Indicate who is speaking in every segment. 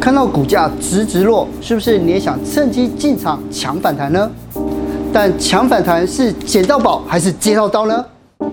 Speaker 1: 看到股价直直落，是不是你也想趁机进场抢反弹呢？但抢反弹是捡到宝还是接到刀呢？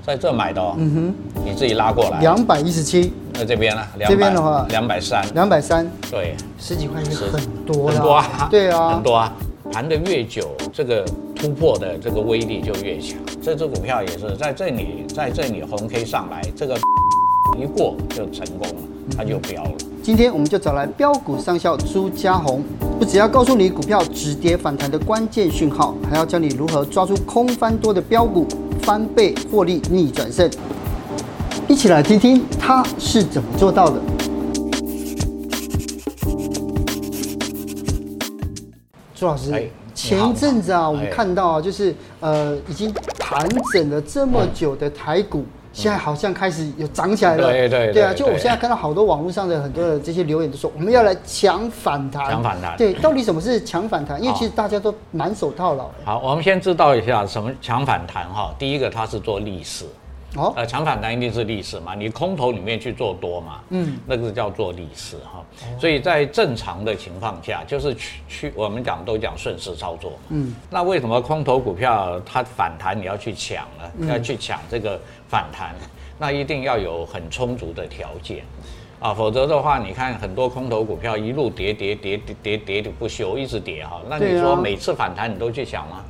Speaker 2: 在这买的哦，嗯哼，你自己拉过来，
Speaker 1: 两百一十七，
Speaker 2: 那这边呢？
Speaker 1: 这边的话
Speaker 2: 两百三，
Speaker 1: 两百三，
Speaker 2: 对，
Speaker 1: 十几块钱
Speaker 2: 是
Speaker 1: 很多
Speaker 2: 很
Speaker 1: 啦
Speaker 2: 多啊，
Speaker 1: 对啊，
Speaker 2: 很多啊。盘的越久，这个突破的这个威力就越强。这只股票也是在这里，在这里红 K 上来，这个 一过就成功了，
Speaker 1: 嗯
Speaker 2: 它就飙了。
Speaker 1: 今天我们就找来标股上校朱家红，不只要告诉你股票止跌反弹的关键讯号，还要教你如何抓住空翻多的标股，翻倍获利逆转胜。一起来听听他是怎么做到的。朱老师
Speaker 2: 哎你好，
Speaker 1: 前一阵子啊，我们
Speaker 2: 哎嗯
Speaker 1: 看到啊，就是呃，已经盘整了这么久的台股，现在好像开始有涨起来了。
Speaker 2: 对对
Speaker 1: 对啊，
Speaker 2: 对
Speaker 1: 就我
Speaker 2: 对
Speaker 1: 现在看到好多网络上的很多的这些留言都说，我们要来抢反弹，
Speaker 2: 抢反弹
Speaker 1: 对，到底什么是抢反弹？因为
Speaker 2: 好
Speaker 1: 其实大家都满手套牢。哎
Speaker 2: 好，我们先知道一下什么强反弹哈。第一个，它是做历史，
Speaker 1: 哦，
Speaker 2: 呃，强反弹一定是历史嘛，你空头里面去做多嘛，嗯，那个叫做历史哈。所以在正常的情况下，就是去去我们讲都讲顺势操作，嗯，那为什么空头股票它反弹你要去抢呢？要去抢这个反弹，那一定要有很充足的条件。啊，否则的话，你看很多空头股票一路跌跌跌跌跌跌跌不休，一直跌哈。那
Speaker 1: 对
Speaker 2: 你
Speaker 1: 啊
Speaker 2: 说每次反弹你都去抢吗？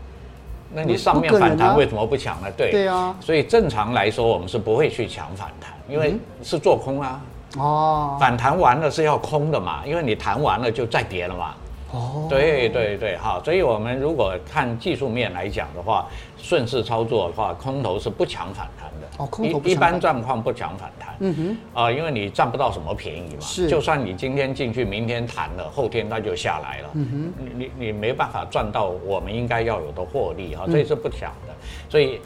Speaker 2: 那你
Speaker 1: 不
Speaker 2: 上
Speaker 1: 不
Speaker 2: 面
Speaker 1: 可
Speaker 2: 反
Speaker 1: 能啊
Speaker 2: 弹为什么不抢呢？对
Speaker 1: 对啊
Speaker 2: 所以正常来说，我们是不会去抢反弹，因为是做空啊。
Speaker 1: 哦，
Speaker 2: 反弹完了是要空的嘛，因为你弹完了就再跌了嘛。
Speaker 1: 哦，
Speaker 2: 对对对，好，所以我们如果看技术面来讲的话，顺势操作的话，空头是不抢反弹的。
Speaker 1: 哦空头不
Speaker 2: 一一
Speaker 1: 抢反
Speaker 2: 般状况不抢反弹。嗯哼。啊、因为你占不到什么便宜嘛。
Speaker 1: 是
Speaker 2: 就算你今天进去，明天谈了，后天它就下来了。嗯哼。你你你没办法赚到我们应该要有的获利
Speaker 1: 嗯
Speaker 2: 哈，这是不抢的。所以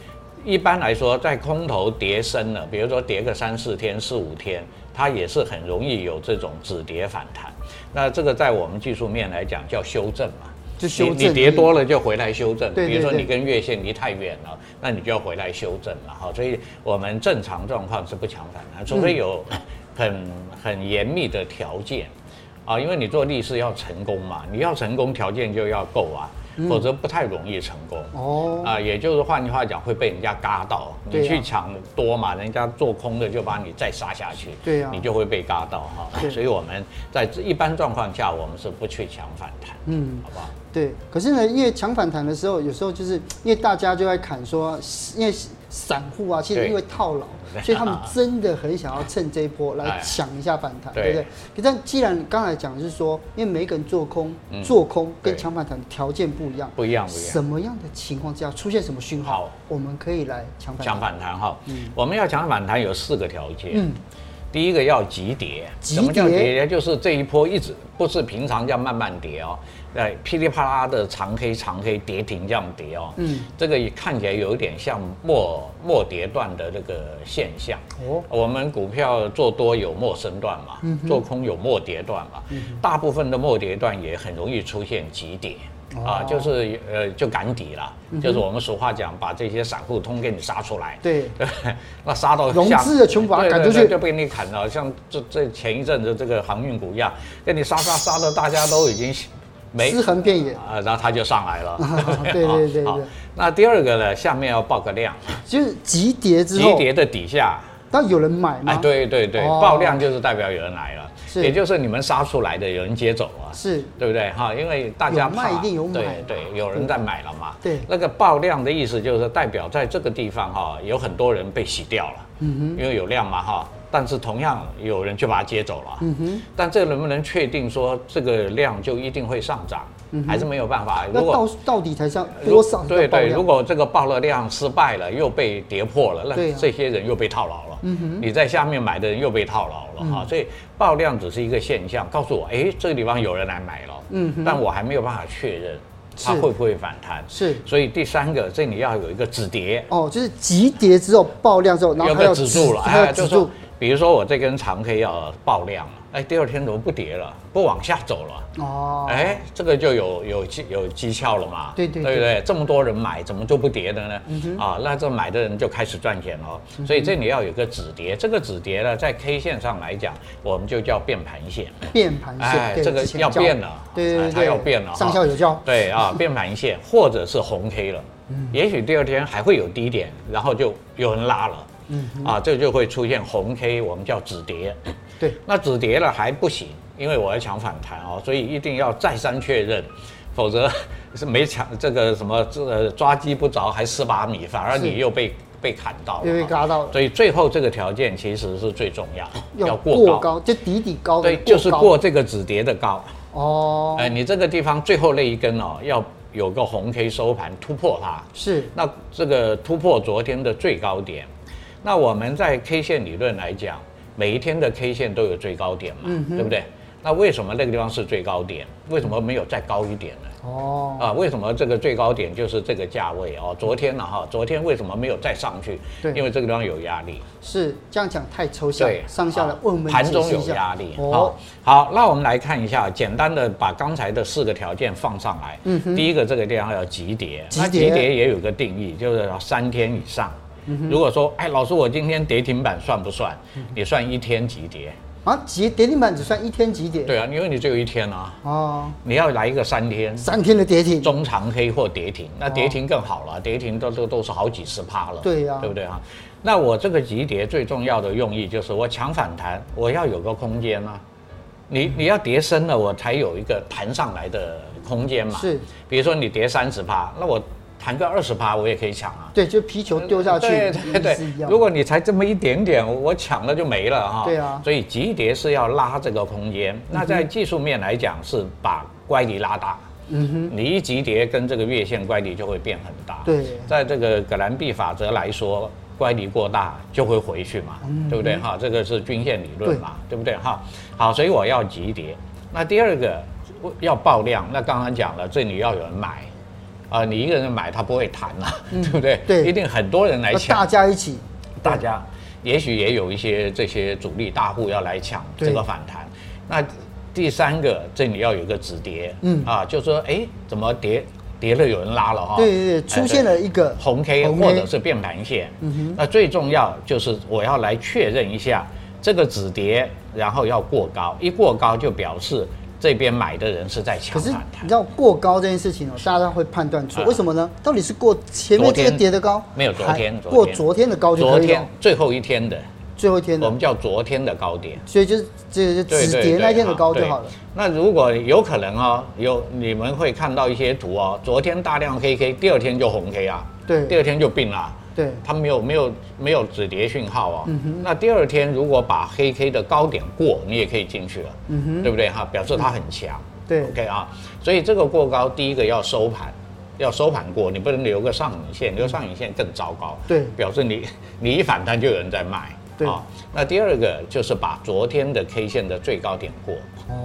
Speaker 2: 一般来说，在空头跌深了，比如说跌个三四天、四五天，它也是很容易有这种止跌反弹。那这个在我们技术面来讲叫修正嘛。
Speaker 1: 就修正
Speaker 2: 你，你跌多了就回来修正。
Speaker 1: 对对
Speaker 2: 比如说
Speaker 1: 对
Speaker 2: 你跟月线离太远了，那你就要回来修正了哈。所以我们正常状况是不强反弹，除
Speaker 1: 嗯
Speaker 2: 非有很很严密的条件啊，因为你做历史要成功嘛，你要成功条件就要够啊，否则不太容易成功。
Speaker 1: 嗯哦，
Speaker 2: 啊、也就是换句话讲，会被人家嘎到。
Speaker 1: 对
Speaker 2: 你
Speaker 1: 啊
Speaker 2: 去抢多嘛，人家做空的就把你再杀下去，
Speaker 1: 对啊
Speaker 2: 你就会被嘎到哈
Speaker 1: 对。
Speaker 2: 所以我们在一般状况下，我们是不去抢反弹，嗯，好不好？
Speaker 1: 对。可是呢，因为抢反弹的时候，有时候就是因为大家就在砍说，因为散户啊，其实
Speaker 2: 对
Speaker 1: 因为套牢，所以他们真的很想要趁这一波来
Speaker 2: 哎
Speaker 1: 抢一下反弹，
Speaker 2: 对
Speaker 1: 对不对？可但既然刚才讲的是说，因为每个人做空，做空跟
Speaker 2: 对
Speaker 1: 抢反弹的条件不一样，
Speaker 2: 嗯不一样，不一样。
Speaker 1: 什么样的情况之下出现什么讯号
Speaker 2: 好，
Speaker 1: 我们可以来抢反
Speaker 2: 抢
Speaker 1: 弹？嗯
Speaker 2: 反弹哈，我们要抢反弹有四个条件。第一个要急跌，
Speaker 1: 急
Speaker 2: 什么叫
Speaker 1: 跌
Speaker 2: 急跌？就是这一波一直不是平常这样慢慢跌哦，哎，噼里啪啦的长黑长黑跌停这样跌哦，嗯，这个也看起来有一点像末末跌段的这个现象。
Speaker 1: 哦
Speaker 2: 哦，我们股票做多有末升段嘛，
Speaker 1: 嗯
Speaker 2: 做空有末跌段嘛，大部分的末跌段也很容易出现急跌。
Speaker 1: 哦
Speaker 2: 啊，就是呃，就赶底了，
Speaker 1: 嗯
Speaker 2: 就是我们俗话讲，把这些散户通给你杀出来，
Speaker 1: 对，
Speaker 2: 对，那杀到
Speaker 1: 融
Speaker 2: 下
Speaker 1: 资的全部把它
Speaker 2: 对
Speaker 1: 赶
Speaker 2: 对
Speaker 1: 出
Speaker 2: 对
Speaker 1: 去
Speaker 2: 就被你砍了。像这这前一阵子这个航运股一样，跟你杀杀杀的，大家都已经没
Speaker 1: 尸横遍野。。
Speaker 2: 啊，然后它就上来了
Speaker 1: 对对对
Speaker 2: 好
Speaker 1: 对
Speaker 2: 那第二个呢，下面要爆个量，
Speaker 1: 就是急跌之
Speaker 2: 急
Speaker 1: 后，
Speaker 2: 跌的底下，
Speaker 1: 那有人买吗？
Speaker 2: 哎，，对对对，
Speaker 1: 哦
Speaker 2: 爆量就是代表有人来了，
Speaker 1: 是
Speaker 2: 也就是你们杀出来的，有人接走啊。
Speaker 1: 是
Speaker 2: 对不对哈？因为大家
Speaker 1: 有卖
Speaker 2: 怕
Speaker 1: 一定有买
Speaker 2: 对
Speaker 1: 嘛
Speaker 2: 对，有人在买了嘛。
Speaker 1: 对
Speaker 2: 那个爆量的意思就是代表在这个地方哈，有很多人被洗掉了，嗯因为有量嘛哈。但是同样有人就把它接走了，嗯哼。但这能不能确定说这个量就一定会上涨，还是没有办法？
Speaker 1: 嗯那
Speaker 2: 如
Speaker 1: 到
Speaker 2: 果
Speaker 1: 到底才像
Speaker 2: 如
Speaker 1: 多少
Speaker 2: 对
Speaker 1: 的爆
Speaker 2: 对，
Speaker 1: 量？
Speaker 2: 如果这个爆了量失败了，又被跌破了，
Speaker 1: 对
Speaker 2: 那
Speaker 1: 啊嗯
Speaker 2: 这些人又被套牢了。你在下面买的人又被套牢了哈、所以爆量只是一个现象，告诉我，哎，这个地方有人来买了，但我还没有办法确认它
Speaker 1: 嗯是
Speaker 2: 会不会反弹。
Speaker 1: 是
Speaker 2: 所以第三个，这里要有一个止跌，
Speaker 1: 哦，就是急跌之后爆量之后，然后
Speaker 2: 有
Speaker 1: 还要
Speaker 2: 个止住了，哎
Speaker 1: 还要
Speaker 2: 就
Speaker 1: 止
Speaker 2: 是说
Speaker 1: 住，
Speaker 2: 比如说我这根长黑要爆量了，哎，第二天怎么不跌了，不往下走了？
Speaker 1: 哦，
Speaker 2: 哎，这个就有有技有技巧了嘛，
Speaker 1: 对嗯对
Speaker 2: 对不对？这么多人买，怎么就不跌的呢？啊，那这买的人就开始赚钱了。哦
Speaker 1: 嗯
Speaker 2: 所以这里要有个止跌，这个止跌呢，在 K 线上来讲，我们就叫变盘线。
Speaker 1: 变盘线，嗯对
Speaker 2: 哎这个
Speaker 1: 之前
Speaker 2: 要
Speaker 1: 教
Speaker 2: 变了，
Speaker 1: 对
Speaker 2: 哎
Speaker 1: 对
Speaker 2: 它
Speaker 1: 对，
Speaker 2: 要变了哈。
Speaker 1: 上校有教，
Speaker 2: 对啊，变盘线或者是红 K 了，
Speaker 1: 嗯
Speaker 2: 也许第二天还会有低点，然后就有人拉了，
Speaker 1: 嗯
Speaker 2: 啊，这就会出现红 K，我们叫止跌。
Speaker 1: 对，
Speaker 2: 那止跌了还不行，因为我要抢反弹哦，所以一定要再三确认，否则 是没抢这个什么这个抓鸡不着还十八米，反
Speaker 1: 是
Speaker 2: 而你又被被砍到了，哦
Speaker 1: 又被嘎到了
Speaker 2: 所以最后这个条件其实是最重要，
Speaker 1: 要
Speaker 2: 要过
Speaker 1: 过
Speaker 2: 高，
Speaker 1: 高，就底底高的
Speaker 2: 对，
Speaker 1: 高，
Speaker 2: 就是过这个止跌的高。
Speaker 1: 哦，
Speaker 2: 哎，你这个地方最后那一根哦，要有个红 K 收盘突破它。
Speaker 1: 是
Speaker 2: 那这个突破昨天的最高点，那我们在 K 线理论来讲，每一天的 K 线都有最高点嘛，对不对？那为什么那个地方是最高点？为什么没有再高一点呢？
Speaker 1: 哦，
Speaker 2: 啊，为什么这个最高点就是这个价位哦？昨天呢、哈，昨天为什么没有再上去？
Speaker 1: 对
Speaker 2: 因为这个地方有压力。
Speaker 1: 是这样讲太抽象
Speaker 2: 对，，
Speaker 1: 上下来
Speaker 2: 好
Speaker 1: 问我们
Speaker 2: 盘
Speaker 1: 解
Speaker 2: 中
Speaker 1: 释一
Speaker 2: 有
Speaker 1: 下
Speaker 2: 压力。
Speaker 1: 哦
Speaker 2: 好，，好，那我们来看一下，简单的把刚才的四个条件放上来。嗯第一个，这个地方要急跌，
Speaker 1: 急
Speaker 2: 那
Speaker 1: 跌
Speaker 2: 急跌也有个定义，就是要三天以上。
Speaker 1: 嗯
Speaker 2: 如果说，哎，老师，我今天跌停板算不算？你算一天急跌，
Speaker 1: 啊，急跌停板只算一天急跌，
Speaker 2: 对啊，因为你只有一天啊，
Speaker 1: 哦，
Speaker 2: 你要来一个三天，
Speaker 1: 三天的跌停，
Speaker 2: 中长黑或跌停，那跌停更好了，跌停都都都是好几十趴了，
Speaker 1: 哦对呀
Speaker 2: 对不对啊？那我这个急跌最重要的用意就是我抢反弹，我要有个空间啊。你你要跌深了，我才有一个弹上来的空间嘛。
Speaker 1: 是，
Speaker 2: 比如说你跌三十趴，那我弹个二十趴，我也可以抢啊。
Speaker 1: 对，就皮球丢下去，意
Speaker 2: 对对
Speaker 1: 思
Speaker 2: 对
Speaker 1: 是一，样
Speaker 2: 如果你才这么一点点，我我抢了就没了哈。
Speaker 1: 对啊嗯
Speaker 2: 所以急跌是要拉这个空间。那在技术面来讲，是把乖离拉大。嗯哼，你一急跌跟这个月线乖离就会变很大。
Speaker 1: 对
Speaker 2: 在这个葛兰碧法则来说，乖离过大就会回去嘛，
Speaker 1: 嗯
Speaker 2: 对不对哈？这个是均线理论嘛，对不对哈？好，所以我要急跌。那第二个我要爆量，那刚刚讲了，这里要有人买，啊、你一个人买它不会弹啊，对不对？
Speaker 1: 嗯对
Speaker 2: 一定很多人来
Speaker 1: 那
Speaker 2: 抢
Speaker 1: 大。家一起，
Speaker 2: 大家也许也有一些这些主力大户要来抢
Speaker 1: 对
Speaker 2: 这个反弹。那第三个，这里要有一个止跌，
Speaker 1: 嗯
Speaker 2: 啊，就说哎，怎么跌跌了有人拉了哈、
Speaker 1: 对对对，
Speaker 2: 哎
Speaker 1: 出现了一个
Speaker 2: 红 K 或者是变盘线。
Speaker 1: 嗯
Speaker 2: 那最重要就是我要来确认一下这个止跌，然后要过高，一过高就表示这边买的人是在
Speaker 1: 可
Speaker 2: 抢
Speaker 1: 是
Speaker 2: 反
Speaker 1: 你
Speaker 2: 弹
Speaker 1: 知。道过高这件事情哦，大家会判断错，
Speaker 2: 啊
Speaker 1: 为什么呢？到底是过前面
Speaker 2: 昨
Speaker 1: 这个
Speaker 2: 天
Speaker 1: 跌的高，
Speaker 2: 没有昨
Speaker 1: 还
Speaker 2: 天昨
Speaker 1: 过
Speaker 2: 天
Speaker 1: 昨天的高就
Speaker 2: 昨
Speaker 1: 可以
Speaker 2: 天
Speaker 1: 了，
Speaker 2: 最后一天的，
Speaker 1: 最后一天
Speaker 2: 我
Speaker 1: 的
Speaker 2: 们，叫昨天的高点。
Speaker 1: 所以就是这
Speaker 2: 对
Speaker 1: 只
Speaker 2: 对
Speaker 1: 跌
Speaker 2: 对
Speaker 1: 那天的高就
Speaker 2: 对
Speaker 1: 好了。
Speaker 2: 那如果有可能哦，有你们会看到一些图哦，昨天大量黑 K，第二天就红 K 啊，
Speaker 1: 对
Speaker 2: 第二天就并了。啊
Speaker 1: 对
Speaker 2: 它没有没有没有止跌讯号哦，
Speaker 1: 嗯
Speaker 2: 那第二天如果把黑 K 的高点过，你也可以进去了，
Speaker 1: 嗯
Speaker 2: 对不对哈？表示它很强、
Speaker 1: 对
Speaker 2: o k 啊，所以这个过高，第一个要收盘，要收盘过，你不能留个上影线，留上影线更糟糕，
Speaker 1: 对
Speaker 2: 表示你 你一反弹就有人在卖，
Speaker 1: 对
Speaker 2: 啊那第二个就是把昨天的 K 线的最高点过，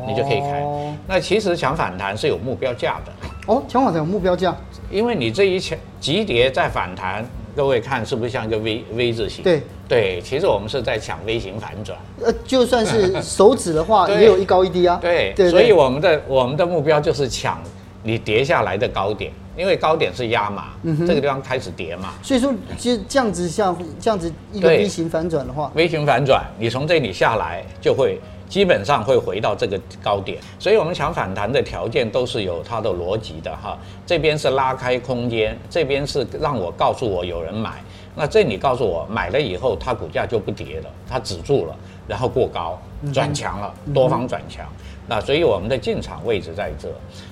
Speaker 2: 你就可以开
Speaker 1: 哦。
Speaker 2: 那其实抢反弹是有目标价的，
Speaker 1: 哦，前往才有目标价，
Speaker 2: 因为你这一前急跌再反弹，各位看是不是像一个 V V 字形？
Speaker 1: 对
Speaker 2: 对，其实我们是在抢 V 型反转。
Speaker 1: 呃，就算 是手指的话，
Speaker 2: 对
Speaker 1: 也有一高一低啊。
Speaker 2: 对，所以我们的我们的目标就是抢你跌下来的高点，因为高点是压嘛，这个地方开始跌嘛。
Speaker 1: 所以说，其实这样子像这样子一个
Speaker 2: 对
Speaker 1: V 型反转的话，
Speaker 2: V 型反转，你从这里下来就会基本上会回到这个高点，所以我们抢反弹的条件都是有它的逻辑的哈。这边是拉开空间，这边是让我告诉我有人买，那这里告诉我买了以后它股价就不跌了，它止住了，然后过高
Speaker 1: 嗯
Speaker 2: 转强了，多方转强。那所以我们的进场位置在这。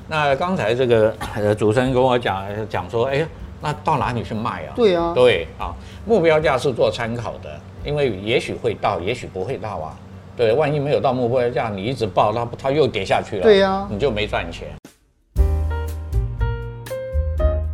Speaker 2: 那刚才这个呃主持人跟我讲讲说，哎，那到哪里去卖啊？
Speaker 1: 对啊
Speaker 2: 对啊，目标价是做参考的，因为也许会到，也许不会到啊。对，万一没有到目标价，你一直报它，它又跌下去了，
Speaker 1: 对啊
Speaker 2: 你就没赚钱。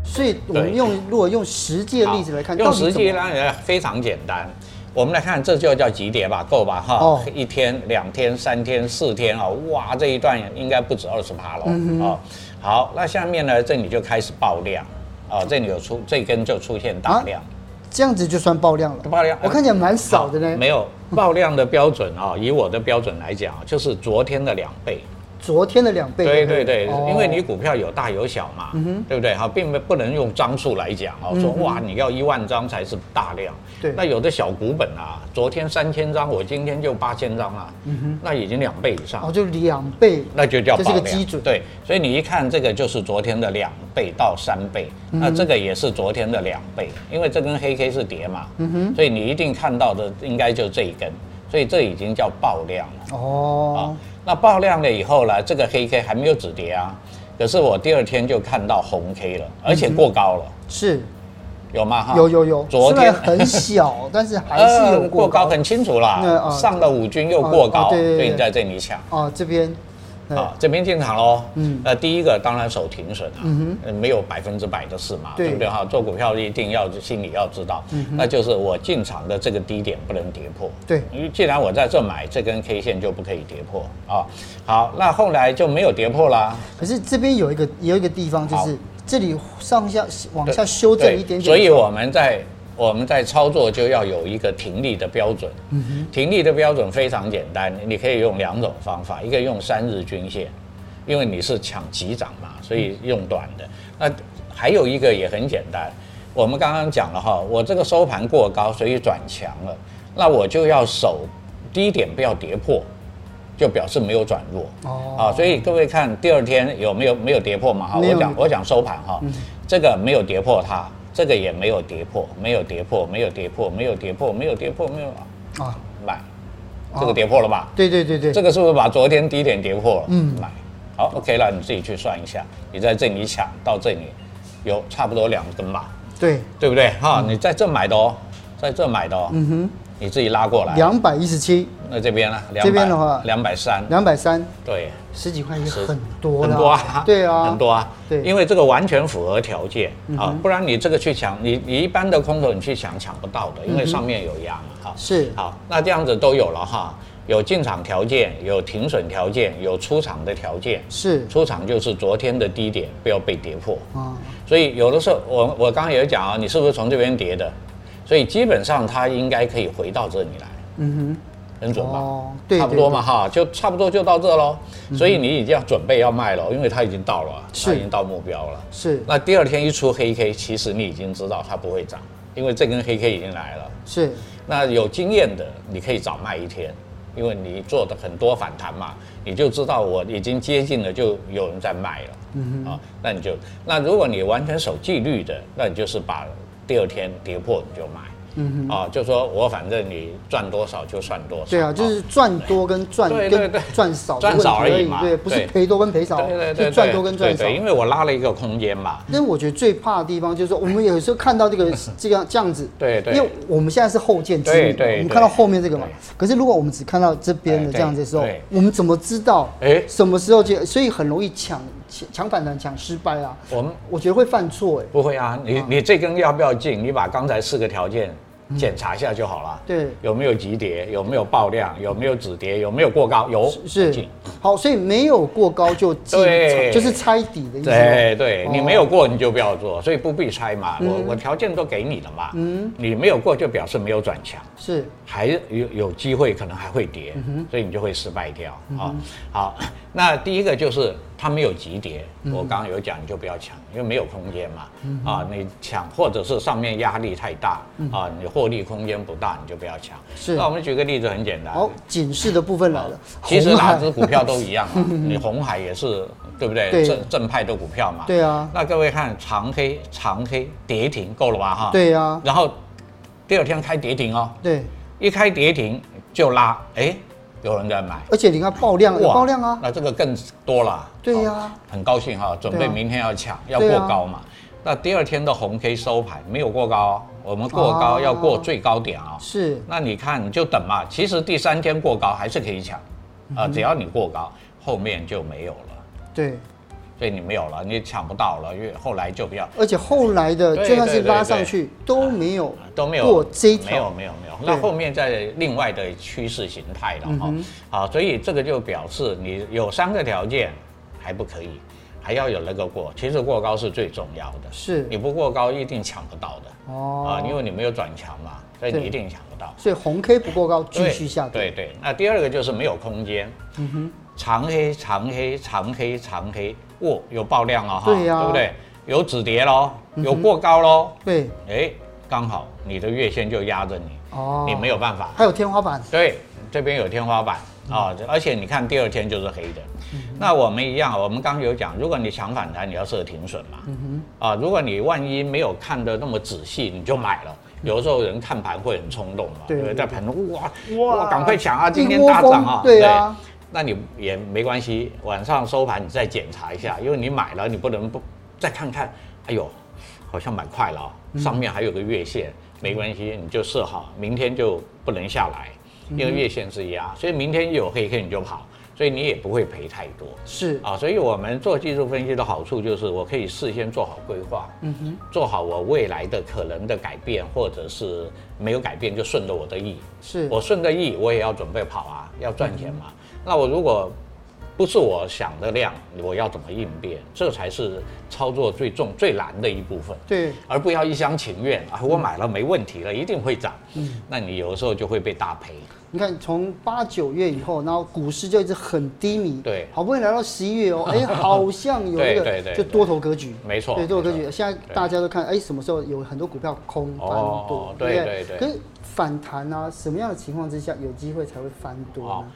Speaker 1: 所以我们
Speaker 2: 对
Speaker 1: 用如果用实际的
Speaker 2: 好
Speaker 1: 例子来看，
Speaker 2: 用
Speaker 1: 到底
Speaker 2: 实
Speaker 1: 怎么
Speaker 2: 际来讲非常简单。我们来看，这就叫急跌吧，够吧哈、
Speaker 1: 哦
Speaker 2: 一天、两天、三天、四天啊、哇，这一段应该不止二十趴了
Speaker 1: 嗯
Speaker 2: 哦。哦好，那下面呢，这里就开始爆量啊、这里有出这根就出现大量。
Speaker 1: 这样子就算爆量了。
Speaker 2: 爆量
Speaker 1: 我看起来蛮少的呢。
Speaker 2: 啊没有爆量的标准啊、以我的标准来讲，就是昨天的两倍。
Speaker 1: 昨天的两倍。
Speaker 2: 对对对，
Speaker 1: 哦嗯
Speaker 2: 因为你股票有大有小嘛，对不对？哈，并不不能用张数来讲哦，说哇你要一万张才是大量。
Speaker 1: 对
Speaker 2: 那有的小股本啊，昨天三千张，我今天就八千张了，
Speaker 1: 嗯
Speaker 2: 那已经两倍以上
Speaker 1: 哦，。就两倍，
Speaker 2: 那就叫
Speaker 1: 这是
Speaker 2: 爆
Speaker 1: 个
Speaker 2: 量，
Speaker 1: 基准
Speaker 2: 对，所以你一看这个就是昨天的两倍到三倍，
Speaker 1: 嗯
Speaker 2: 那这个也是昨天的两倍，因为这根黑 K 是叠嘛，
Speaker 1: 嗯
Speaker 2: 所以你一定看到的应该就这一根，所以这已经叫爆量了。啊
Speaker 1: 哦，。
Speaker 2: 那爆量了以后呢，这个黑 K 还没有止跌啊，可是我第二天就看到红 K 了，而且过高了，
Speaker 1: 是
Speaker 2: 有吗？哈，
Speaker 1: 嗯有有有，
Speaker 2: 啊昨
Speaker 1: 虽然
Speaker 2: 天
Speaker 1: 很小， 但是还是有
Speaker 2: 呃过高，很清楚啦
Speaker 1: 那，啊
Speaker 2: 上了五均又
Speaker 1: 啊
Speaker 2: 过
Speaker 1: 啊
Speaker 2: 高，
Speaker 1: 对对对
Speaker 2: 所以你在这里抢。
Speaker 1: 哦，这边，对
Speaker 2: 啊，这边进场喽。
Speaker 1: 嗯
Speaker 2: 嗯，那第一个当然守停损啊，呃没有百分之百的事嘛，
Speaker 1: 对嗯
Speaker 2: 对不对哈？做股票一定要心里要知道，那就是我进场的这个低点不能跌破。
Speaker 1: 对
Speaker 2: 因为既然我在这买，这根 K 线就不可以跌破啊。好，那后来就没有跌破啦。
Speaker 1: 可是这边有一个有一个地方，就
Speaker 2: 好
Speaker 1: 是这里上下往
Speaker 2: 对
Speaker 1: 下修正一点点的时候，
Speaker 2: 所以我们在我们在操作就要有一个停利的标准。
Speaker 1: 嗯
Speaker 2: 停利的标准非常简单，你可以用两种方法，一个用三日均线，因为你是抢急涨嘛，所以用短的。那还有一个也很简单，我们刚刚讲了哈，我这个收盘过高，所以转强了，那我就要守低点，不要跌破。就表示没有转弱
Speaker 1: 哦
Speaker 2: 啊，所以各位看第二天有没有没有跌破嘛？哈，
Speaker 1: 没
Speaker 2: 啊我
Speaker 1: 有
Speaker 2: 讲我讲收盘哈、
Speaker 1: 嗯
Speaker 2: 这个没有跌破它，这个也没有跌破，没有跌破，没有跌破，没有跌破，没有跌破，没有
Speaker 1: 啊，
Speaker 2: 买，这个跌破了吧？
Speaker 1: 对对哦对对，
Speaker 2: 这个是不是把昨天低点跌破了？
Speaker 1: 嗯
Speaker 2: 嗯，买，好，OK 了，你自己去算一下，你在这里抢到这里，有差不多两根吧，
Speaker 1: 对，
Speaker 2: 对不对？哈、
Speaker 1: 嗯
Speaker 2: 你在这买的哦，在这买的哦，嗯哼，你自己拉过来，
Speaker 1: 两百一十七，
Speaker 2: 那这边呢？
Speaker 1: 这边的话
Speaker 2: 两百三，
Speaker 1: 两百三，
Speaker 2: 对。
Speaker 1: 十几块也
Speaker 2: 是
Speaker 1: 很多了，
Speaker 2: 很多啊，
Speaker 1: 对啊，
Speaker 2: 很多啊，
Speaker 1: 对嗯
Speaker 2: 因为这个完全符合条件啊，不然你这个去抢，你你一般的空头你去抢抢不到
Speaker 1: 嗯
Speaker 2: 的，因为上面有压嘛，哈，
Speaker 1: 是
Speaker 2: 好，那这样子都有了哈，有进场条件，有停损条件，有出场的条件，
Speaker 1: 是
Speaker 2: 出场就是昨天的低点不要被跌破，
Speaker 1: 啊，
Speaker 2: 所以有的时候我我刚刚也有讲啊，你是不是从这边跌的？所以基本上它应该可以回到这里来，
Speaker 1: 嗯
Speaker 2: 很准吧？
Speaker 1: 哦对嗯
Speaker 2: 差不多嘛哈，就差不多就到这喽。所以你已经要准备要卖了，因为它已经到了，
Speaker 1: 是
Speaker 2: 它已经到目标了。
Speaker 1: 哼，是
Speaker 2: 那第二天一出黑 K，其实你已经知道它不会涨，因为这根黑 K 已经来了。
Speaker 1: 是
Speaker 2: 那有经验的，你可以早卖一天，因为你做的很多反弹嘛，你就知道我已经接近了，就有人在卖了。嗯啊，那你就那如果你完全守纪律的，那你就是把第二天跌破你就卖。嗯啊，就说我反正你赚多少就算多少。
Speaker 1: 对啊，就是赚多跟赚
Speaker 2: 对对
Speaker 1: 跟
Speaker 2: 对
Speaker 1: 赚少的
Speaker 2: 赚少
Speaker 1: 问题
Speaker 2: 而已嘛
Speaker 1: 对，不是
Speaker 2: 对
Speaker 1: 赔多跟赔少，
Speaker 2: 对对对，
Speaker 1: 是赚多跟赚少
Speaker 2: 对。对，因为我拉了一个空间嘛。
Speaker 1: 但我觉得最怕的地方就是说，我们有时候看到这个这样这样子，
Speaker 2: 对对
Speaker 1: 因为我们现在是后见之
Speaker 2: 对
Speaker 1: 明嘛，
Speaker 2: 对
Speaker 1: 我们
Speaker 2: 对
Speaker 1: 看到后面这个嘛
Speaker 2: 对。
Speaker 1: 可是如果我们只看到这边的
Speaker 2: 哎
Speaker 1: 这样子的时候
Speaker 2: 对，
Speaker 1: 我们怎么知道？
Speaker 2: 哎
Speaker 1: 什么时候就所以很容易抢抢抢反弹、抢失败啊！
Speaker 2: 我们
Speaker 1: 我觉得会犯错哎。
Speaker 2: 不会啊，你你这根要不要进？你把刚才四个条件检查一下就好了。
Speaker 1: 对
Speaker 2: 有没有急跌？有没有爆量？有没有止跌？有没有过高？有
Speaker 1: 是
Speaker 2: 进。
Speaker 1: 好，所以没有过高就进
Speaker 2: 对
Speaker 1: 就是猜底的意思。
Speaker 2: 对哎对，你
Speaker 1: 哦
Speaker 2: 没有过你就不要做，所以不必猜
Speaker 1: 嗯
Speaker 2: 嘛。我我条件都给你了嘛，你没有过就表示没有转强。
Speaker 1: 是
Speaker 2: 还有有机会，可能还会跌，
Speaker 1: 嗯
Speaker 2: 所以你就会失败掉啊、好，那第一个就是它没有急跌，
Speaker 1: 嗯
Speaker 2: 我刚刚有讲，你就不要抢，因为没有空间嘛。啊，你抢或者是上面压力太大啊，你获利空间不大，你就不要抢。
Speaker 1: 嗯是
Speaker 2: 那我们举个例子很简单，
Speaker 1: 好，警示的部分来了。
Speaker 2: 啊其实
Speaker 1: 红啊海
Speaker 2: 哪只股票都一样 嘛，你红海也是对不对？
Speaker 1: 对
Speaker 2: 正正派的股票嘛。
Speaker 1: 对啊
Speaker 2: 那各位看长黑长黑跌停够了吧哈？。
Speaker 1: 对啊，
Speaker 2: 然后第二天开跌停哦。
Speaker 1: 对，
Speaker 2: 一开跌停就拉，哎，有人在买，
Speaker 1: 而且你看爆量，有
Speaker 2: 哇
Speaker 1: 爆量啊，
Speaker 2: 那这个更多了。
Speaker 1: 对呀
Speaker 2: 哦很高兴哈，准
Speaker 1: 对
Speaker 2: 备
Speaker 1: 啊
Speaker 2: 明天要抢，要
Speaker 1: 对
Speaker 2: 过
Speaker 1: 啊
Speaker 2: 高嘛。那第二天的红 K 收盘没有过高哦，我们过
Speaker 1: 哦
Speaker 2: 高要过最高点哦。
Speaker 1: 是
Speaker 2: 那你看你就等嘛，其实第三天过高还是可以抢，
Speaker 1: 嗯
Speaker 2: 啊，只要你过高，后面就没有了，
Speaker 1: 对，
Speaker 2: 所以你没有了，你抢不到了，因为后来就比较
Speaker 1: 而且后来的
Speaker 2: 对
Speaker 1: 就算是
Speaker 2: 对对
Speaker 1: 拉上
Speaker 2: 对啊
Speaker 1: 去都没有
Speaker 2: 都没有
Speaker 1: 过这一
Speaker 2: 没有
Speaker 1: 条，
Speaker 2: 没有没
Speaker 1: 对嗯
Speaker 2: 有。那后面在另外的趋势形哦态了哈、好，所以这个就表示你有三个条件还不可以，还要有那个过，其实过高是最重要的，
Speaker 1: 是
Speaker 2: 你不过高一定抢不到的
Speaker 1: 哦
Speaker 2: 啊，因为你没有转强嘛，所以
Speaker 1: 对
Speaker 2: 你一定抢不到。
Speaker 1: 所以红 K 不过高，继
Speaker 2: 对
Speaker 1: 续下跌。
Speaker 2: 对对，那第二个就是没有空间。嗯哼，长黑长黑长黑长黑，哦，有爆量了哈，
Speaker 1: 对呀嗯
Speaker 2: 对不对？有止跌喽，有过高喽，
Speaker 1: 对
Speaker 2: 哎、刚好你的月线就压着你，
Speaker 1: 哦，
Speaker 2: 你没有办法。
Speaker 1: 还有天花板，
Speaker 2: 对，这边有天花板
Speaker 1: 嗯
Speaker 2: 啊、而且你看第二天就是黑的。那我们一样，我们刚刚有讲，如果你抢反弹，你要设停损嘛。
Speaker 1: 嗯
Speaker 2: 啊、如果你万一没有看得那么仔细，你就买了。有时候人看盘会很冲动嘛，
Speaker 1: 嗯对
Speaker 2: 不
Speaker 1: 对
Speaker 2: 在盘中哇
Speaker 1: 哇
Speaker 2: 哇，赶快抢啊！今
Speaker 1: 一
Speaker 2: 天
Speaker 1: 窝
Speaker 2: 大涨啊
Speaker 1: 蜂，对啊
Speaker 2: 那你也没关系，晚上收盘你再检查一下，因为你买了，你不能不再看看，哎呦，好像买快了、哦，上面还有个月线，没关系，你就设好，明天就不能下来，因为月线是压，所以明天有黑 K 你就跑，所以你也不会赔太多。
Speaker 1: 是
Speaker 2: 啊，所以我们做技术分析的好处就是，我可以事先做好规划，嗯哼，做好我未来的可能的改变，或者是没有改变就顺着我的意，
Speaker 1: 是
Speaker 2: 我顺着意，我也要准备跑啊，要赚钱嘛。那我如果不是我想的量，我要怎么应变？这才是操作最重最难的一部分。
Speaker 1: 对，
Speaker 2: 而不要一厢情愿啊！我买了没问题了，一定会涨。嗯，那你有时候就会被大赔。
Speaker 1: 你看从八九月以后，然后股市就一直很低迷，
Speaker 2: 对
Speaker 1: 好不容易来到十一 月哦，哎，好像有一
Speaker 2: 对
Speaker 1: 个
Speaker 2: 对对
Speaker 1: 就多头格局，
Speaker 2: 没错
Speaker 1: 对多头格局。
Speaker 2: 没错
Speaker 1: 现在大家都看，哎，什么时候有很多股票空翻
Speaker 2: 哦
Speaker 1: 多，
Speaker 2: 对
Speaker 1: 不
Speaker 2: 对对
Speaker 1: 可是反弹啊，什么样的情况之下有机会才会翻多
Speaker 2: 哦
Speaker 1: 呢？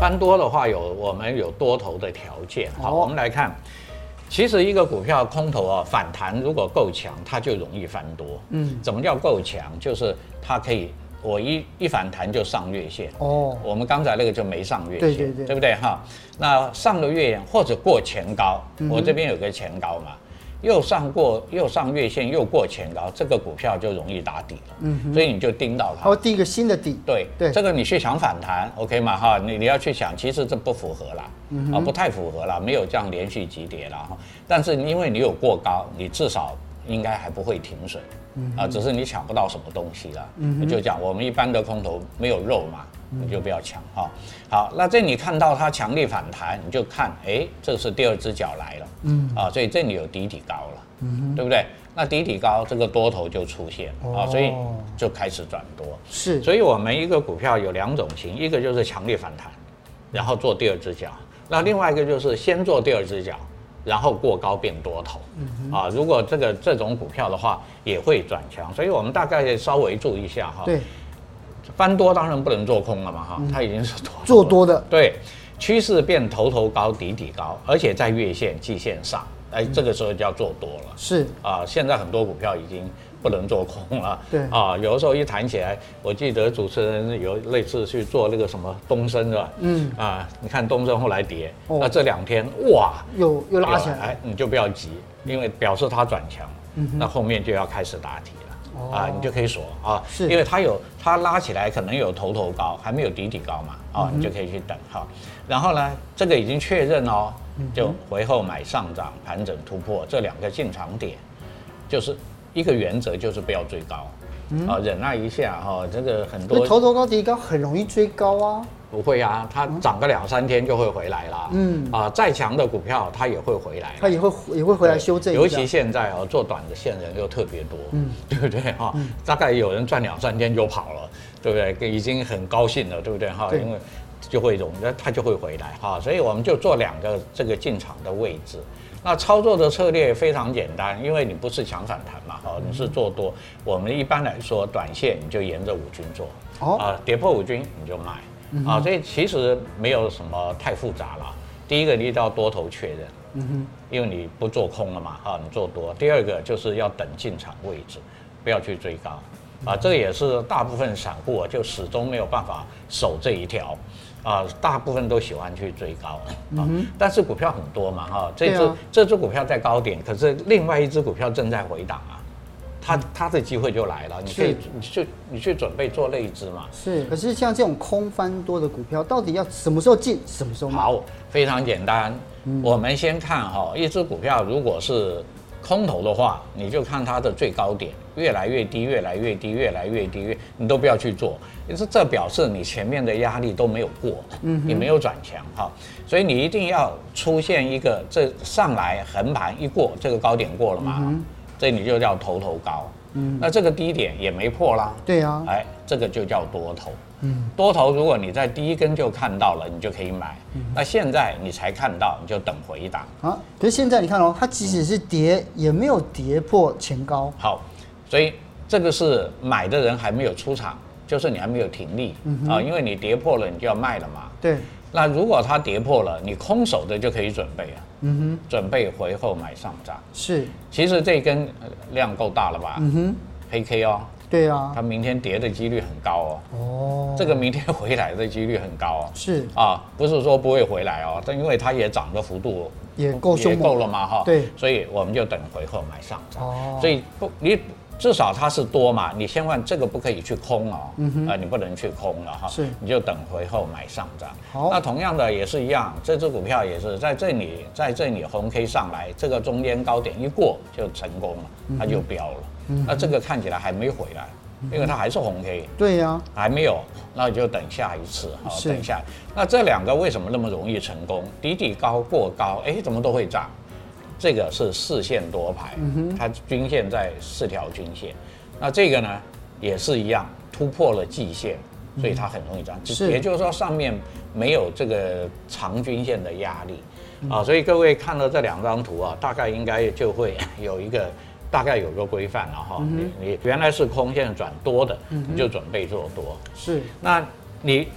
Speaker 2: 翻多的话有我们有多头的条件。好，
Speaker 1: 哦
Speaker 2: 我们来看，其实一个股票空头啊反弹如果够强，它就容易翻多。嗯，怎么叫够强？就是它可以我一一反弹就上月线。
Speaker 1: 哦，
Speaker 2: 我们刚才那个就没上月线，
Speaker 1: 对对对
Speaker 2: 不对哈？那上了月线或者过前高，
Speaker 1: 嗯
Speaker 2: 我这边有个前高嘛，又上过又上月线又过前高，这个股票就容易打底了，嗯，所以你就盯到它
Speaker 1: 它。会定一个新的底，
Speaker 2: 对
Speaker 1: 对
Speaker 2: 这个你去想反弹，OK 嘛哈？你你要去想，其实这不符合啦，
Speaker 1: 嗯
Speaker 2: 啊，不太符合啦，没有这样连续急跌啦哈。但是因为你有过高，你至少应该还不会停损，
Speaker 1: 嗯
Speaker 2: 啊，只是你抢不到什么东西了。就讲我们一般的空头没有肉嘛，
Speaker 1: 嗯
Speaker 2: 你就不要抢哈。好，那这你看到它强力反弹，你就看，哎，这是第二只脚来了，嗯，啊，所以这里有底底高了，
Speaker 1: 嗯
Speaker 2: 对不对？那底底高，这个多头就出现啊，所以
Speaker 1: 哦
Speaker 2: 就开始转多。
Speaker 1: 是
Speaker 2: 所以我们一个股票有两种型，一个就是强烈反弹，然后做第二只脚；那另外一个就是先做第二只脚，然后过高变多头。
Speaker 1: 嗯
Speaker 2: 啊，如果这个这种股票的话，也会转强，所以我们大概稍微注意一下哈。
Speaker 1: 对，嗯
Speaker 2: 翻多当然不能做空了嘛哈，它已经是多头了
Speaker 1: 做多的
Speaker 2: 对，趋势变头头高底底高，而且在月线、季线上，哎，这个时候就要做多了。
Speaker 1: 是
Speaker 2: 啊，现在很多股票已经不能做空了。
Speaker 1: 对
Speaker 2: 啊，有的时候一谈起来，我记得主持人有类似去做那个什么东升的，嗯啊，你看东升后来跌，
Speaker 1: 哦
Speaker 2: 那这两天哇
Speaker 1: 有又拉起来，嗯
Speaker 2: 哎，你就不要急，因为表示它转强，那后面就要开始答题了。啊，你就可以锁啊，
Speaker 1: 哦是
Speaker 2: 因为它有它拉起来可能有头头高，还没有底底高嘛，
Speaker 1: 嗯
Speaker 2: 啊，你就可以去等哈。然后呢，这个已经确认哦，
Speaker 1: 嗯
Speaker 2: 就回后买上涨、盘整突破这两个进场点，就是一个原则，就是不要追高，啊，忍耐一下哈。这个很
Speaker 1: 嗯因
Speaker 2: 多
Speaker 1: 为头头高底高很容易追高啊，
Speaker 2: 不会啊，它
Speaker 1: 嗯
Speaker 2: 涨个两三天就会回来啦。嗯，啊，再强的股票它也会回来啦。
Speaker 1: 它也会也会回来
Speaker 2: 对
Speaker 1: 修正
Speaker 2: 尤
Speaker 1: 一下
Speaker 2: 其。现在哦，做短的线人又特别多，嗯，对不对哈、大概有人赚两三天就跑了，对不对？已经很高兴了，对不对哈、
Speaker 1: 对
Speaker 2: 因为就会融，那它就会回来哈、所以我们就做两个这个进场的位置。那操作的策略非常简单，因为你不是抢反弹嘛，
Speaker 1: 嗯
Speaker 2: 哈、你是做多。我们一般来说，短线你就沿着五均做，
Speaker 1: 哦嗯
Speaker 2: 啊、跌破五均你就卖，啊、所以其实没有什么太复杂了。第一个，你一定要多头确认，因为你不做空了嘛，哈、你做多。第二个就是要等进场位置，不要去追高，啊，这也是大部分散户啊就始终没有办法守这一条，啊，大部分都喜欢去追高，啊，但是股票很多嘛，哈、这只、
Speaker 1: 嗯对啊
Speaker 2: 这只股票在高点，可是另外一只股票正在回档啊，它它的机会就来了，你可以
Speaker 1: 嗯是
Speaker 2: 你去你去准备做那一只嘛，
Speaker 1: 是，可是像这种空翻多的股票，到底要什么时候进，什么时候买？
Speaker 2: 嗯好，非常简单。我们先看哈、一只股票如果是空头的话，你就看它的最高点越来越低，越来越低，越来越低，越你都不要去做，也是这表示你前面的压力都没有过，嗯，你没有转强哈，所以你一定要出现一个这上来横盘一过，这个高点过了嘛，这你就叫头头高，嗯，那这个低点也没破啦，
Speaker 1: 对啊，
Speaker 2: 哎，这个就叫多头。嗯，多头如果你在第一根就看到了，你就可以买。
Speaker 1: 嗯
Speaker 2: 那现在你才看到，你就等回档。
Speaker 1: 啊，可是现在你看哦，它即使是跌，也没有跌破前高，
Speaker 2: 好，所以这个是买的人还没有出场，就是你还没有停利
Speaker 1: 嗯
Speaker 2: 啊，因为你跌破了，你就要卖了嘛。
Speaker 1: 对，
Speaker 2: 那如果它跌破了，你空手的就可以准备啊，
Speaker 1: 嗯
Speaker 2: 准备回后买上涨。
Speaker 1: 哼，是，
Speaker 2: 其实这根呃量够大了吧？
Speaker 1: 嗯哼，
Speaker 2: 黑 K 哦，
Speaker 1: 对啊
Speaker 2: 它，明天跌的几率很高哦，
Speaker 1: 哦，
Speaker 2: 这个明天回来的几率很高哦。
Speaker 1: 是
Speaker 2: 啊，不是说不会回来哦，但因为它也涨的幅度
Speaker 1: 也够凶
Speaker 2: 也
Speaker 1: 猛，
Speaker 2: 够了嘛哈，
Speaker 1: 对
Speaker 2: 所以我们就等回后买上涨。
Speaker 1: 哦
Speaker 2: 所以不，你至少它是多嘛，你千万这个不可以去空哦，啊，你不能去空了哈，
Speaker 1: 嗯是
Speaker 2: 你就等回后买上涨。
Speaker 1: 好
Speaker 2: 那同样的也是一样，这只股票也是在这里，在这里红 K 上来，这个中间高点一过就成功了，它
Speaker 1: 嗯
Speaker 2: 就飙了。那这个看起来还没回来，因为它还是红 K。
Speaker 1: 对啊呀，
Speaker 2: 还没有，那就等下一次哈，
Speaker 1: 是
Speaker 2: 等下。那这两个为什么那么容易成功？底底高过高，哎，怎么都会涨？这个是四线多排，
Speaker 1: 嗯
Speaker 2: 它均线在四条均线。那这个呢，也是一样，突破了季线，所以它很容易涨。
Speaker 1: 嗯是
Speaker 2: 也就是说上面没有这个长均线的压力
Speaker 1: 嗯
Speaker 2: 啊，所以各位看到这两张图啊，大概应该就会 有一个。大概有个规范了哈，
Speaker 1: 嗯
Speaker 2: 你你原来是空，现在转多的，你就准备做多。
Speaker 1: 是，
Speaker 2: 那你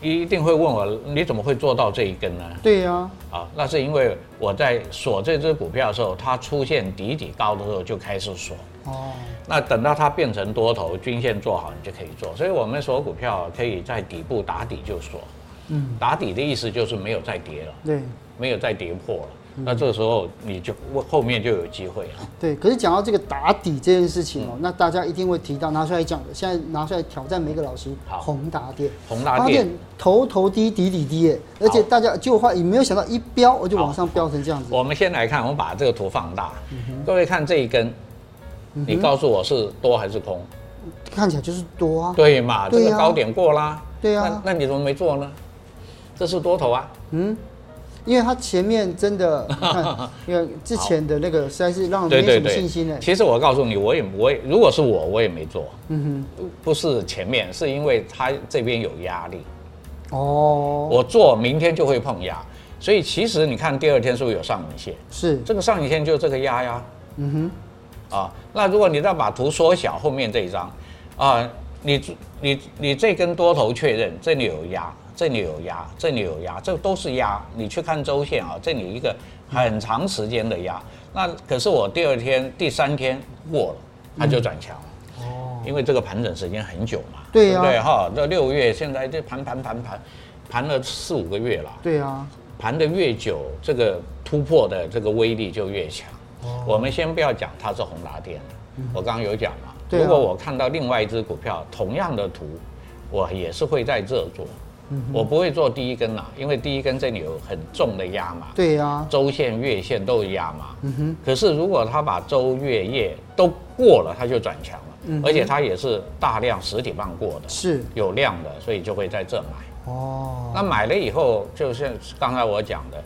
Speaker 2: 一定会问我，你怎么会做到这一根呢？
Speaker 1: 对呀，
Speaker 2: 啊，那是因为我在锁这只股票的时候，它出现底底高的时候就开始锁。
Speaker 1: 哦，
Speaker 2: 那等到它变成多头，均线做好，你就可以做。所以我们锁股票可以在底部打底就锁。
Speaker 1: 嗯，
Speaker 2: 打底的意思就是没有再跌了，
Speaker 1: 对。
Speaker 2: 没有再跌破了。那这时候你就后面就有机会了。
Speaker 1: 对，可是讲到这个打底这件事
Speaker 2: 嗯
Speaker 1: 情哦，那大家一定会提到拿出来讲的，现在拿出来挑战每个老师，
Speaker 2: 好
Speaker 1: 宏达电，
Speaker 2: 宏达电
Speaker 1: 头头低底底低耶，而且大家就话也没有想到一飙我就往上飙成这样子，
Speaker 2: 我们先来看，我们把这个图放大，各位看这一根，你告诉我是多还是空？
Speaker 1: 看起来就是多啊，
Speaker 2: 对嘛，这
Speaker 1: 对
Speaker 2: 个
Speaker 1: 呀
Speaker 2: 高点过啦。
Speaker 1: 对啊呀
Speaker 2: 那那你怎么没做呢？这是多头啊，
Speaker 1: 嗯，因为它前面真 的，你看，因为之前的那个实在是让人
Speaker 2: 对
Speaker 1: 哦没
Speaker 2: 对
Speaker 1: 什么
Speaker 2: 对
Speaker 1: 信心哎，
Speaker 2: 其实我告诉你，我也我也如果是我，我也没做，
Speaker 1: 嗯
Speaker 2: 不是前面，是因为它这边有压力，
Speaker 1: 哼，哦，
Speaker 2: 我做明天就会碰压，所以其实你看第二天是不是有上影线？
Speaker 1: 是，
Speaker 2: 这个上影线就是这个压呀，
Speaker 1: 嗯
Speaker 2: 啊，那如果你再把图缩小，后面这一张，啊，你你你这根多头确认，这里有压，这里有压，这里有压，这都是压。你去看周线啊，这里一个很长时间的压，那可是我第二天、第三天过了，它就转强了。
Speaker 1: 哼，哦，
Speaker 2: 因为这个盘整时间很久嘛，
Speaker 1: 对啊
Speaker 2: 不
Speaker 1: 呀
Speaker 2: 对哈？这六月现在这盘盘盘盘，盘了四五个月了，
Speaker 1: 对啊，
Speaker 2: 盘的越久，这个突破的这个威力就越强。
Speaker 1: 哦
Speaker 2: 我们先不要讲它是宏达电，我刚刚有讲
Speaker 1: 嗯
Speaker 2: 嘛。
Speaker 1: 对啊
Speaker 2: 如果我看到另外一只股票同样的图，我也是会在这做，
Speaker 1: 嗯
Speaker 2: 我不会做第一根啦，啊因为第一根这里有很重的压嘛，
Speaker 1: 对嗯啊，
Speaker 2: 周线、月线都有压嘛。可是如果它把周、月、夜都过了，它就转强了，
Speaker 1: 嗯
Speaker 2: 而且它也是大量实体棒过的，
Speaker 1: 是，
Speaker 2: 有量的，所以就会在这买。
Speaker 1: 哦，
Speaker 2: 那买了以后，就是刚才我讲的，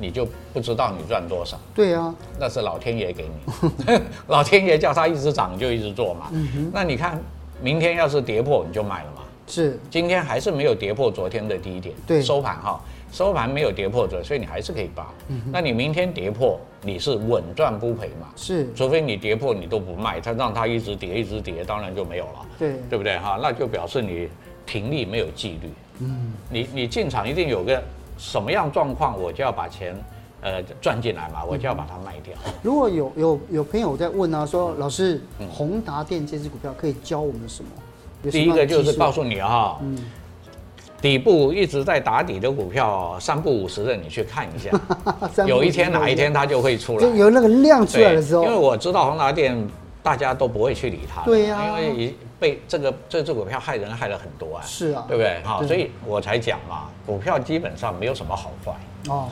Speaker 2: 你就不知道你赚多少，
Speaker 1: 对啊，
Speaker 2: 那是老天爷给你，老天爷叫它一直涨就一直做嘛。那你看，明天要是跌破，你就买了嘛。
Speaker 1: 是，
Speaker 2: 今天还是没有跌破昨天的低点，
Speaker 1: 对
Speaker 2: 收盘哈，收盘没有跌破这，所以你还是可以扒。那你明天跌破，你是稳赚不赔嘛？
Speaker 1: 是，
Speaker 2: 除非你跌破你都不卖，它让它一直跌一直跌，当然就没有了。
Speaker 1: 对，
Speaker 2: 对不对哈？那就表示你停利没有纪律。嗯，你你进场一定有个什么样状况，我就要把钱呃赚进来
Speaker 1: 嗯
Speaker 2: 嘛，我就要把它卖掉。
Speaker 1: 如果有有有朋友在问啊，
Speaker 2: 嗯
Speaker 1: 说老师，宏达电这只股票可以教我们什么？有什么
Speaker 2: 第一
Speaker 1: 样的
Speaker 2: 个就
Speaker 1: 技
Speaker 2: 是
Speaker 1: 术啊
Speaker 2: 告诉你啊哈、
Speaker 1: 嗯
Speaker 2: 底部一直在打底的股票哦，三不五十的你去看 一下，
Speaker 1: 三
Speaker 2: 有一
Speaker 1: 步
Speaker 2: 天
Speaker 1: 走
Speaker 2: 哪一天它就会出来。
Speaker 1: 就有那个量出来的时
Speaker 2: 对因为
Speaker 1: 候，
Speaker 2: 我知道宏达电大家都不会去理它的，
Speaker 1: 对呀
Speaker 2: 因为一被这个这只股票害人害了很多啊，
Speaker 1: 是啊
Speaker 2: 对不对？好，
Speaker 1: 对
Speaker 2: 所以我才讲嘛，股票基本上没有什么好坏，
Speaker 1: 哦，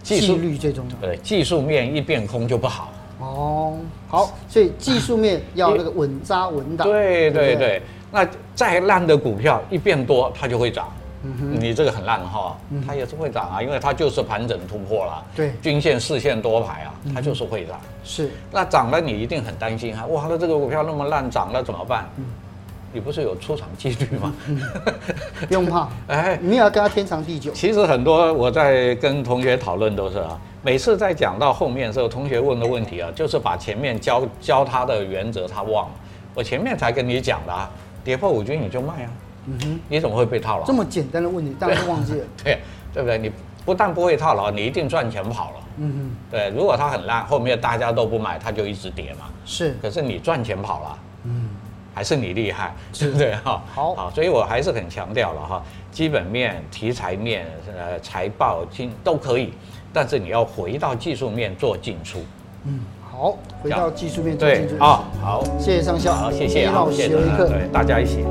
Speaker 2: 技
Speaker 1: 纪
Speaker 2: 术
Speaker 1: 律最重要。
Speaker 2: 呃对技术面一变空就不好，
Speaker 1: 哦，好，所以技术面要那个稳扎稳打。
Speaker 2: 对
Speaker 1: 不
Speaker 2: 对对，那再烂的股票一变多，它就会涨。你这个很烂哈，它也是会涨啊，因为它就是盘整突破了，
Speaker 1: 对
Speaker 2: 均线、四线多排啊，它就是会涨。
Speaker 1: 是
Speaker 2: 那涨了你一定很担心啊，哇，那这个股票那么烂，涨了怎么办？你不是有出场纪律吗？
Speaker 1: 不用怕，
Speaker 2: 哎，
Speaker 1: 没有要跟他天长地久。
Speaker 2: 其实很多我在跟同学讨论都是啊，每次在讲到后面的时候，同学问的问题啊，就是把前面教教他的原则他忘了。我前面才跟你讲的啊，跌破五均你就卖啊，你怎么会被套牢
Speaker 1: 这？么简单的问题，大家都忘记 了。
Speaker 2: 对对不对？你不但不会套牢，你一定赚钱跑了。
Speaker 1: 嗯
Speaker 2: 对，如果它很烂，后面大家都不买，它就一直跌嘛。
Speaker 1: 哼，是
Speaker 2: 可是你赚钱跑了，嗯，还是你厉害，对不对哈？
Speaker 1: 好
Speaker 2: 所以我还是很强调了哈，基本面、题材面、呃财报、经都可以，但是你要回到技术面做进出。
Speaker 1: 好，回到技术面做
Speaker 2: 对
Speaker 1: 进，
Speaker 2: 啊，好，
Speaker 1: 谢谢上校，
Speaker 2: 好，谢
Speaker 1: 今
Speaker 2: 谢
Speaker 1: 天
Speaker 2: 啊
Speaker 1: 让，我
Speaker 2: 谢
Speaker 1: 们
Speaker 2: 谢
Speaker 1: 有一
Speaker 2: 大家
Speaker 1: 课。
Speaker 2: 对大家一起。